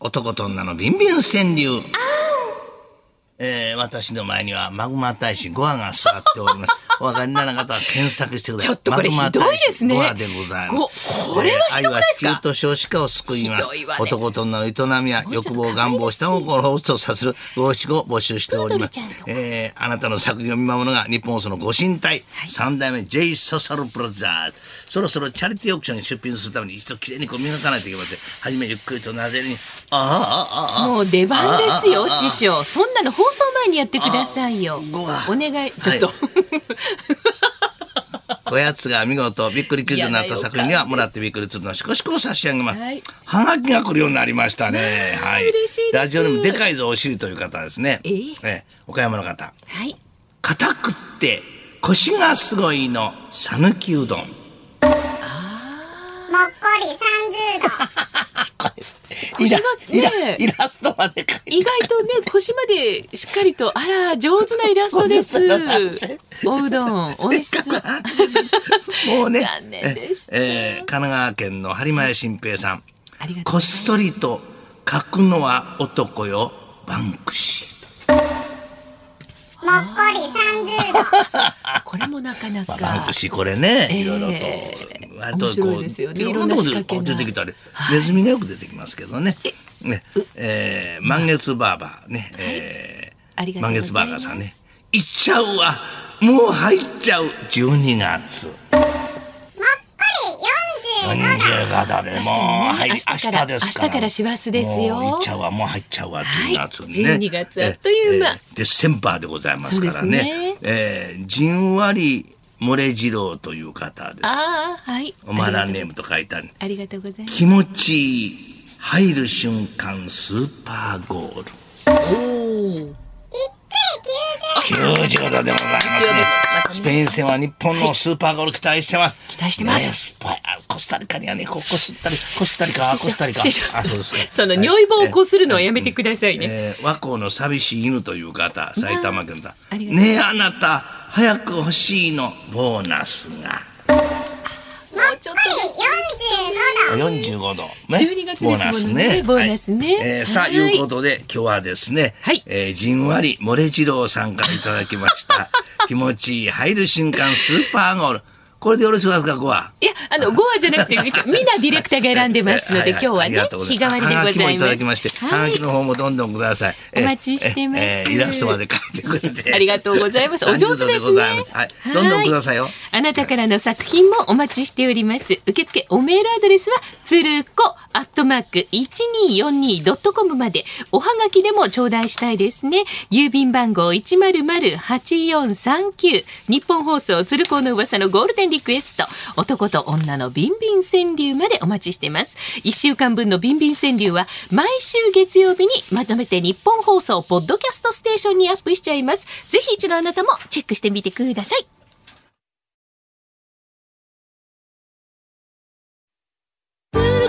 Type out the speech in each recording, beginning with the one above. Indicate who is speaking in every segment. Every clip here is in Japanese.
Speaker 1: 男と女のビンビン川柳。えー、私の前にはマグマ大使ゴアが座ってお ります。お分かりにならなかったら検索してくださ
Speaker 2: ちょ
Speaker 1: い。
Speaker 2: っとこれ
Speaker 1: マグマ
Speaker 2: ひどい
Speaker 1: 大使
Speaker 2: ですね
Speaker 1: ゴアでございます。
Speaker 2: ごこれはひどくないですか
Speaker 1: えー愛は地球と少子化を救いま
Speaker 2: ひ
Speaker 1: す。
Speaker 2: どいわね
Speaker 1: 男と女の営みや欲望、願望、下心を鬱をさせる五七五を募集しております
Speaker 2: プードルちゃんと。か
Speaker 1: えー、あなたの作品を見守るが日本そのご神体、三代目 J ソサルブラザーズそろそろチャリティーオークションに出品するために一度きれいにこう磨かないといけませんはじめゆっくりとなでりにああああああ
Speaker 2: もう出番です
Speaker 1: ああ
Speaker 2: よ、
Speaker 1: あ
Speaker 2: 師
Speaker 1: あ
Speaker 2: 匠。そんなの放送前にやってくださいよ。
Speaker 1: ごは
Speaker 2: お願い、ちょっと。
Speaker 1: はこやつが見事びっくりクイズになった作品にはもらってびっくりするのしこしこを差し上げます、
Speaker 2: はい
Speaker 1: はがきが来るようになりましたねはい
Speaker 2: 嬉しいです
Speaker 1: ラジオネームでかいぞお尻という方ですね
Speaker 2: えー
Speaker 1: え岡山の方
Speaker 2: はい。
Speaker 1: 硬くってコシがすごいの讃岐うどん
Speaker 3: もっこり30度。
Speaker 1: イラ
Speaker 2: が
Speaker 1: イラ
Speaker 2: ね
Speaker 1: イラストまで書いて
Speaker 2: 意外とね、腰までしっかりと、あら、上手なイラストです。 おうどん、美味しそう。
Speaker 1: もうね、
Speaker 2: 残念でした
Speaker 1: えー神奈川県の播磨屋新平さん。
Speaker 2: ありがとう
Speaker 1: こっそりと書くのは男よ、バンクシー。
Speaker 3: もっこり30度。
Speaker 2: これもなかな
Speaker 1: まあ、バン
Speaker 2: か
Speaker 1: ク。シーこれね、
Speaker 2: えー
Speaker 1: いろいろと、割と
Speaker 2: 面白いですよね
Speaker 1: いろんなとこ
Speaker 2: いろんな仕掛け
Speaker 1: で
Speaker 2: が
Speaker 1: 出てきたり、
Speaker 2: はい
Speaker 1: ネズミがよく出てきますけどね。ね、えー満月バーバーね、えー
Speaker 2: ありがとう
Speaker 1: 満
Speaker 2: ございま
Speaker 1: 月
Speaker 2: す
Speaker 1: バーガーさんね。行っちゃうわ、もう入っちゃう、12月。
Speaker 3: もっこり45度。
Speaker 1: 45度でもう、
Speaker 2: 確か
Speaker 1: はい、
Speaker 2: にね
Speaker 1: 明
Speaker 2: 明日から
Speaker 1: 日ですから。
Speaker 2: 明日から師走ですよ
Speaker 1: もう行っちゃうわ、もう入っちゃうわ、
Speaker 2: は
Speaker 1: 12
Speaker 2: い
Speaker 1: 月にね。
Speaker 2: 12月あっという間
Speaker 1: ええデセンバーでございますから
Speaker 2: そう
Speaker 1: ね
Speaker 2: ですね。
Speaker 1: えーじんわり漏れ次郎という方です。
Speaker 2: ああ、はい。
Speaker 1: おまらんネームと書いてある。
Speaker 2: ありがとうございます。
Speaker 1: 気持ちいい。入る瞬間、スーパーゴール。
Speaker 2: おー
Speaker 1: 90度でございますね。スペイン戦は日本のスーパーゴール期待してます。
Speaker 2: 期待してます
Speaker 1: ねスパイあコスタリカにはね、ここすったり、コスタリカ、コスタリカ。
Speaker 2: 師匠
Speaker 1: あ、そうですか。
Speaker 2: その尿意棒をこするのはやめてくださいね。
Speaker 1: えー和光の寂しい犬という方埼玉県だ
Speaker 2: ありがとう
Speaker 1: ねえあなた早く欲しいのボーナスが
Speaker 2: もうちょっと。
Speaker 3: 45
Speaker 1: 45
Speaker 3: 度。
Speaker 1: 度、
Speaker 2: 12月ですもんねボーナスね
Speaker 1: はいえーさあ
Speaker 2: はい
Speaker 1: いうことで今日はですね、
Speaker 2: はい
Speaker 1: えーじんわり漏れ次郎さんからいただきました 気持ちいい入る瞬間スーパーゴールこれでよろしくですかここはい
Speaker 2: や、あの、ゴアじゃなくて、みんなディレクターが選んでますので、今日はね、日替わりでございます。
Speaker 1: はがきもいただきまして、はがきの方もどんどんください。
Speaker 2: お待ちしてます
Speaker 1: えーえーイラストまで書いてくれて。
Speaker 2: ありがとうござい ます。お上手です
Speaker 1: 30度ご
Speaker 2: ね。
Speaker 1: ざいますはい、どんどんくださいよ
Speaker 2: は。あなたからの作品もお待ちしております。受付おメールアドレスは、つるこアットマーク 1242.com まで、おはがきでも頂戴したいですね。郵便番号100-8439、日本放送つるこの噂のゴールデンリクエスト、男と女のビンビン川柳までお待ちしてます。1週間分のビンビン川柳は、毎週月曜日にまとめて日本放送ポッドキャストステーションにアップしちゃいます。ぜひ一度あなたもチェックしてみてください。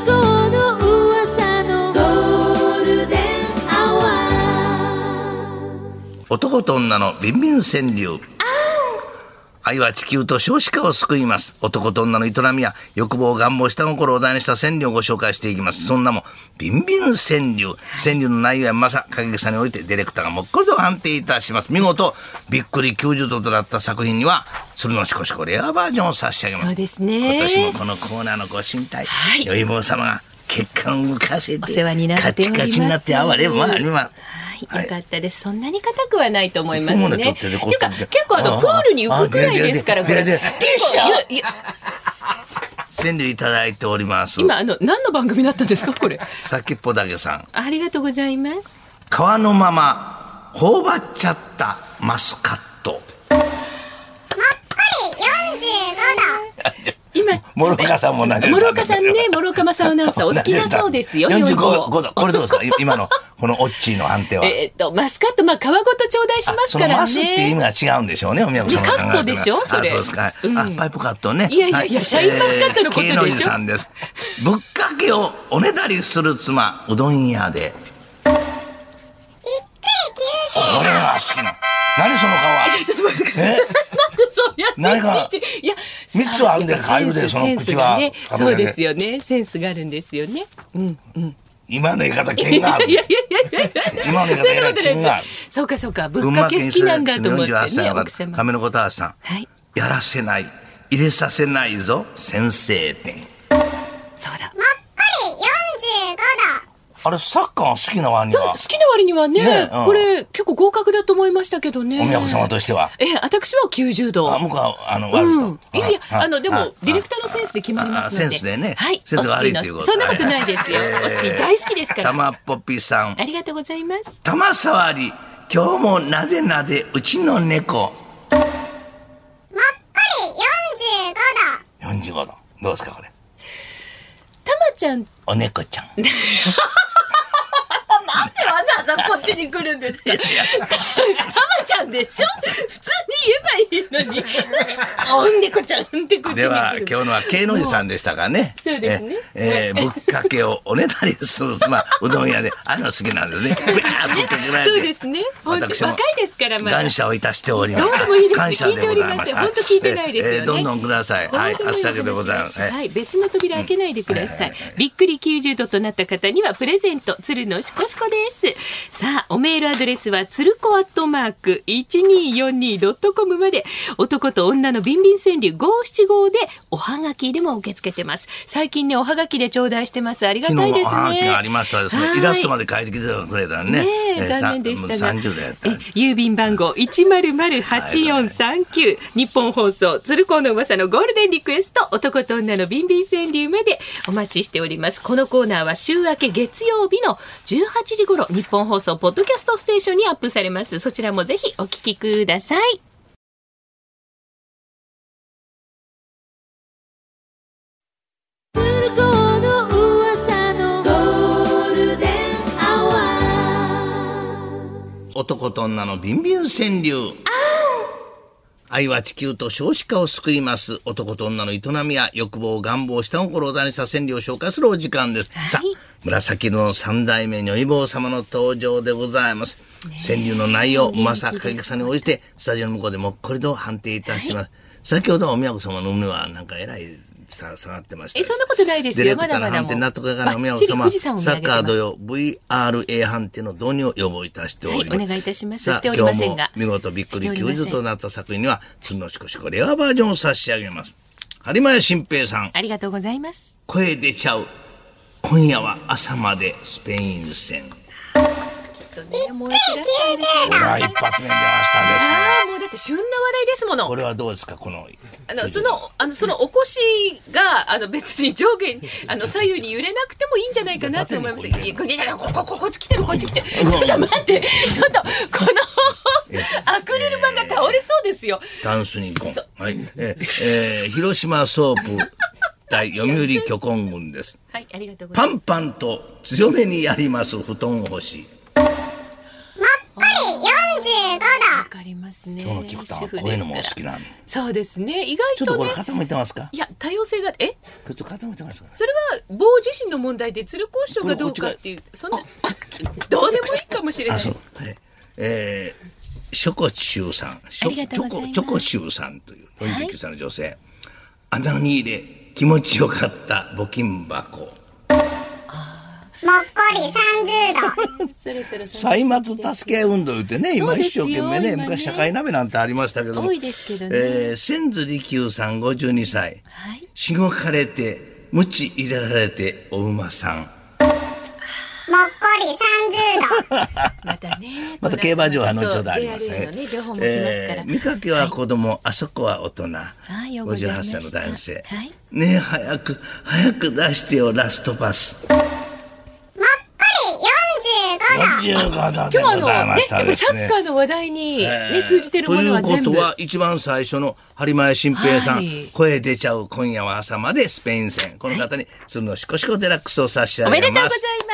Speaker 2: ゴールデンアワー
Speaker 1: 男と女のビンビン川柳。愛は地球と少子化を救います。男と女の営みや欲望、願望、下心を題にした川柳をご紹介していきます。そんなもん、ビンビン川柳。川柳の内容やまさ、過激さにおいてディレクターがもっこりと判定いたします。見事、びっくり90度となった作品には、鶴のしこしこレアバージョンを差し上げます。
Speaker 2: そうですね
Speaker 1: 今年もこのコーナーのご神体、
Speaker 2: はい
Speaker 1: よい坊様が血管を浮かせて、
Speaker 2: お世話になっております
Speaker 1: カチカチになって哀れもあります。
Speaker 2: はい、よかったです。そんなに硬くはないと思います
Speaker 1: 雲の
Speaker 2: ね。
Speaker 1: ちょっとでこう
Speaker 2: てか結構あの
Speaker 1: あ
Speaker 2: プールに浮くくらいですから
Speaker 1: あ
Speaker 2: これ。
Speaker 1: でででで
Speaker 2: 結構
Speaker 1: ティッシュ
Speaker 2: いやいや
Speaker 1: 川柳いただいております。
Speaker 2: 今あの何の番組だったんですかこれ。
Speaker 1: 先っぽだけさん。
Speaker 2: ありがとうございます。
Speaker 1: 皮のまま、頬張っちゃったマスカット。
Speaker 2: 今
Speaker 1: 諸岡さんも同じ。
Speaker 2: 諸岡さんね、諸岡正夫アナウンサー お好きだそうですよ。
Speaker 1: 45度。
Speaker 2: 45
Speaker 1: 5度。これどうですかい今の、このオッチーの判定は。
Speaker 2: えっとマスカットまあ皮ごと頂戴しま
Speaker 1: あ
Speaker 2: す
Speaker 1: そ
Speaker 2: か
Speaker 1: の
Speaker 2: ら
Speaker 1: マスっていう意
Speaker 2: ね。
Speaker 1: 味が違うんでしょうね、お宮さんの考えてる
Speaker 2: カットでしょそれ
Speaker 1: あそうですか。
Speaker 2: うん
Speaker 1: あ、パイプカットね。
Speaker 2: いやいやいやシャインマスカットのことでしょ
Speaker 1: えー芸能人さんです。ぶっかけをおねだりする妻、うどん屋で。これが好きな。何その顔 は。
Speaker 2: ちょっと待ってくださいな
Speaker 1: え
Speaker 2: んでそうやって
Speaker 1: 何か
Speaker 2: いちいちいや
Speaker 1: 三つはあるんだよ
Speaker 2: やっぱセンス
Speaker 1: カエルでその
Speaker 2: センス
Speaker 1: 口は
Speaker 2: がね
Speaker 1: 食べ
Speaker 2: そ
Speaker 1: れ
Speaker 2: う
Speaker 1: ない
Speaker 2: ですよねセンスがあるんですよねうんうん
Speaker 1: 今の言い方、剣がある。
Speaker 2: いやいやいやいやいや
Speaker 1: 今の言い方、えらい剣がある。
Speaker 2: そうかそうかぶ
Speaker 1: 群
Speaker 2: っ
Speaker 1: 馬
Speaker 2: かけ
Speaker 1: 県
Speaker 2: 好
Speaker 1: 伊勢
Speaker 2: きなん
Speaker 1: 崎
Speaker 2: だ
Speaker 1: 市
Speaker 2: と思
Speaker 1: の
Speaker 2: っ
Speaker 1: 48
Speaker 2: てね
Speaker 1: 歳の
Speaker 2: 奥
Speaker 1: 方、
Speaker 2: 様
Speaker 1: 亀の子たわしさん。
Speaker 2: はい
Speaker 1: やらせない、入れさせないぞ、先制点。
Speaker 2: そうだ
Speaker 3: もっこり45度。
Speaker 1: あれ、サッカー好きなワニ
Speaker 2: だ
Speaker 1: は
Speaker 2: 好、きな割にはね
Speaker 1: ねうん
Speaker 2: これ結構合格だと思いましたけどね
Speaker 1: お宮子様としては。
Speaker 2: ええ私は90度
Speaker 1: あ、僕は、あの、悪い
Speaker 2: う
Speaker 1: と
Speaker 2: ん。いやいや、あの、で
Speaker 1: あ
Speaker 2: も、ディレクターのセンスで決まりますので。
Speaker 1: あセンスでね
Speaker 2: はい。
Speaker 1: センスが悪いということ
Speaker 2: オッチのそんなことないですよ。
Speaker 1: はいはい
Speaker 2: オッチ大好きですから。
Speaker 1: 玉ポピさん
Speaker 2: あ、りがとうございます。
Speaker 1: 玉触り、今日もなでなで、うちの猫。
Speaker 3: もっこり45度。
Speaker 1: 45度。どうですか、これ。
Speaker 2: たまちゃん、なんで
Speaker 1: お猫ちゃん。
Speaker 2: わざわざこっちに来るんですかたまちゃんでしょ普通に言えばいい のに。なんでおんでこちゃん、うんでこちゃん。
Speaker 1: では、今日のは慶の字さんでしたかね。
Speaker 2: そうですね
Speaker 1: ええーぶっかけをおねだりする、 まあ、うどん屋で、あの好きなんですね。ぶらーっぶっかけられて。
Speaker 2: そうですね本当
Speaker 1: 私も
Speaker 2: 若いですからまだ
Speaker 1: 感謝をいたしております。
Speaker 2: どうでもいいですね
Speaker 1: 感謝でございま
Speaker 2: 聞
Speaker 1: す。
Speaker 2: いております本当聞いてないですよね
Speaker 1: えーどんどんください。はい、あっさりでございます。はい
Speaker 2: はい、別の扉開けないでください。びっくり90度となった方にはプレゼント、鶴のしこしこです。さあ、おメールアドレスは、つるこアットマーク 1242.com まで、男と女のビンビン川柳575で、おはがきでも受け付けてます。最近ね、おはがきで頂戴してます。ありが
Speaker 1: 昨
Speaker 2: た
Speaker 1: 日
Speaker 2: いですね。
Speaker 1: もハガキがありましたです
Speaker 2: は
Speaker 1: ね。
Speaker 2: い
Speaker 1: イラストまで書いてきてくれたのね。
Speaker 2: ねえ
Speaker 1: えー
Speaker 2: 残念でしたが
Speaker 1: さん30代やった
Speaker 2: え
Speaker 1: んで。
Speaker 2: 郵便番号100-8439日本放送鶴光の噂のゴールデンリクエスト男と女のビンビン川柳までお待ちしておりますこのコーナーは週明け月曜日の18時頃日本放送ポッドキャストステーションにアップされますそちらもぜひお聞きください鶴光の噂のゴールデンアワー
Speaker 1: 男と女のビンビン川柳。愛は地球と少子化を救います。男と女の営みや欲望、願望、下心を大にした川柳を紹介するお時間です。
Speaker 2: い
Speaker 1: さあ、紫色の三代目女房様の登場でございます。川柳の内容、うまさ、かけさに応じて、スタジオの向こうでもっこりと判定いたします。先ほどお宮子様の胸はなんかえらいさ下がってました
Speaker 2: えそんなことないですよ
Speaker 1: ディレクター
Speaker 2: まだまだ
Speaker 1: の判
Speaker 2: もう
Speaker 1: 定納得がかないお宮
Speaker 2: ばっち
Speaker 1: 子
Speaker 2: り
Speaker 1: 様、
Speaker 2: 富士
Speaker 1: サ
Speaker 2: 山を見上げて
Speaker 1: ッ
Speaker 2: ます
Speaker 1: カー同様 VRA 判定の導入を要望いたしております。
Speaker 2: はいお願いいたします
Speaker 1: さあ
Speaker 2: しておりませんが
Speaker 1: 今日も見事びっく
Speaker 2: し
Speaker 1: り
Speaker 2: ておりませ
Speaker 1: 90
Speaker 2: ん
Speaker 1: となった作品には、鶴のしこしこレアバージョンを差し上げます。有前新平さん、
Speaker 2: ありがとうございます
Speaker 1: 声出ちゃう。今夜は朝までスペイン戦。
Speaker 2: もう
Speaker 3: 90
Speaker 1: これは一発目出ましたですね。
Speaker 2: ああもうだって旬な話題ですも
Speaker 1: こ
Speaker 2: の。
Speaker 1: れはどうですかこの。
Speaker 2: あのそのあのそのおこしがあの別に上 下あの左右に揺れなくてもいいんじゃないかなと思います。い
Speaker 1: 縦
Speaker 2: やこじゃないここここっち来てるこっち来てる。ちょっと待ってちょっとこのアクリル板が倒れそうですよ。
Speaker 1: ダンスにゴン。はい。えーえー広島ソープ対読売巨根軍です。
Speaker 2: はいありがとうござい
Speaker 1: パンパンと強めにやります布団干し。
Speaker 3: もっこり45
Speaker 2: ま
Speaker 3: 度
Speaker 2: す。わ。かりますね。
Speaker 1: 今日の菊田は
Speaker 2: 主婦
Speaker 1: こういうのも好
Speaker 2: ですか
Speaker 1: き
Speaker 2: ら
Speaker 1: なの。
Speaker 2: そうですね意外
Speaker 1: ちょっと
Speaker 2: と
Speaker 1: こ
Speaker 2: ね
Speaker 1: れ。傾いてますか。
Speaker 2: いや多様性がえ
Speaker 1: ちょっと傾いてますかね。
Speaker 2: それは棒自身の問題で鶴交渉がどうかっていうそんなどうでもいいかもしれな
Speaker 1: あ、
Speaker 2: い
Speaker 1: そう。はい。えー、ショコチュウさん。シ
Speaker 2: ありが
Speaker 1: ョチ
Speaker 2: とうござ
Speaker 1: ョ
Speaker 2: いま
Speaker 1: コ
Speaker 2: す
Speaker 1: チョコシュウさんという49歳の女性。穴に入れ気持ちよかった募金箱。
Speaker 3: もっこり30度。
Speaker 2: そろそろそろ
Speaker 1: 歳末助け合い運動言ってね、今
Speaker 2: そうで
Speaker 1: 一
Speaker 2: す
Speaker 1: 生
Speaker 2: よ
Speaker 1: 懸命ね、
Speaker 2: 今ね
Speaker 1: 昔社会鍋なんてありましたけども。
Speaker 2: 多いですけどね
Speaker 1: えー、千鶴利休さん52歳。
Speaker 2: はい
Speaker 1: しごかれて、無知入れられて、お馬さん。
Speaker 3: もっこり30度。
Speaker 2: またね
Speaker 1: また競馬場は後ほどあります
Speaker 2: そう JRA
Speaker 1: ね
Speaker 2: のね情報も来ますから、
Speaker 1: えー見かけは子供、あそこは大人。
Speaker 2: いようございま
Speaker 1: 58
Speaker 2: した
Speaker 1: 歳の男性。
Speaker 2: はい
Speaker 1: ねえ、早く、早く出してよ、ラストパス。
Speaker 3: もっこり45
Speaker 1: 45度
Speaker 3: 度。
Speaker 1: で
Speaker 2: 今日
Speaker 1: ござ
Speaker 2: あの
Speaker 1: いま
Speaker 2: ねや
Speaker 1: し
Speaker 2: っ
Speaker 1: た
Speaker 2: ぱ
Speaker 1: で
Speaker 2: りサ
Speaker 1: す
Speaker 2: ッ
Speaker 1: ね
Speaker 2: カ。ーの話題に、ね
Speaker 1: えー
Speaker 2: 通じてるものは
Speaker 1: とい
Speaker 2: 全
Speaker 1: う
Speaker 2: 部
Speaker 1: ことは一番最初の張前新平さん、
Speaker 2: はい
Speaker 1: 声出ちゃう今夜は朝までスペイン戦この方にそのしこしこデラックスを差し上
Speaker 2: お
Speaker 1: げ
Speaker 2: めでとうご
Speaker 1: ま
Speaker 2: ざいま
Speaker 1: す
Speaker 2: すま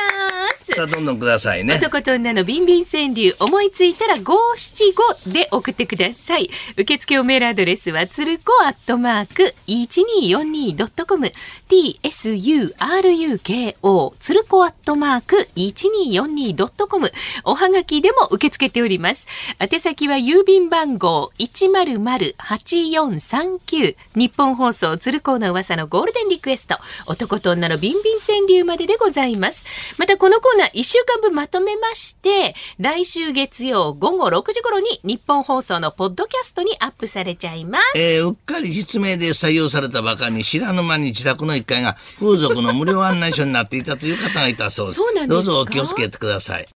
Speaker 2: す
Speaker 1: さあ、どんどんくださいね。
Speaker 2: 男と女のビンビン川柳思いついたら五七五で送ってください受付おメールアドレスはつるこアットマーク 1242.com tsuruko つるこアットマーク 1242.com おはがきでも受け付けております宛先は郵便番号100-8439日本放送つるこの噂のゴールデンリクエスト男と女のビンビン川柳まででございますまたこのコーナー1週間分まとめまして、来週月曜午後6時頃に日本放送のポッドキャストにアップされちゃいます。
Speaker 1: えーうっかり実名で採用されたばかりに知らぬ間に自宅の1階が風俗の無料案内所になっていたという方がいたそうです。
Speaker 2: そうなんですか
Speaker 1: どうぞお気をつけてください。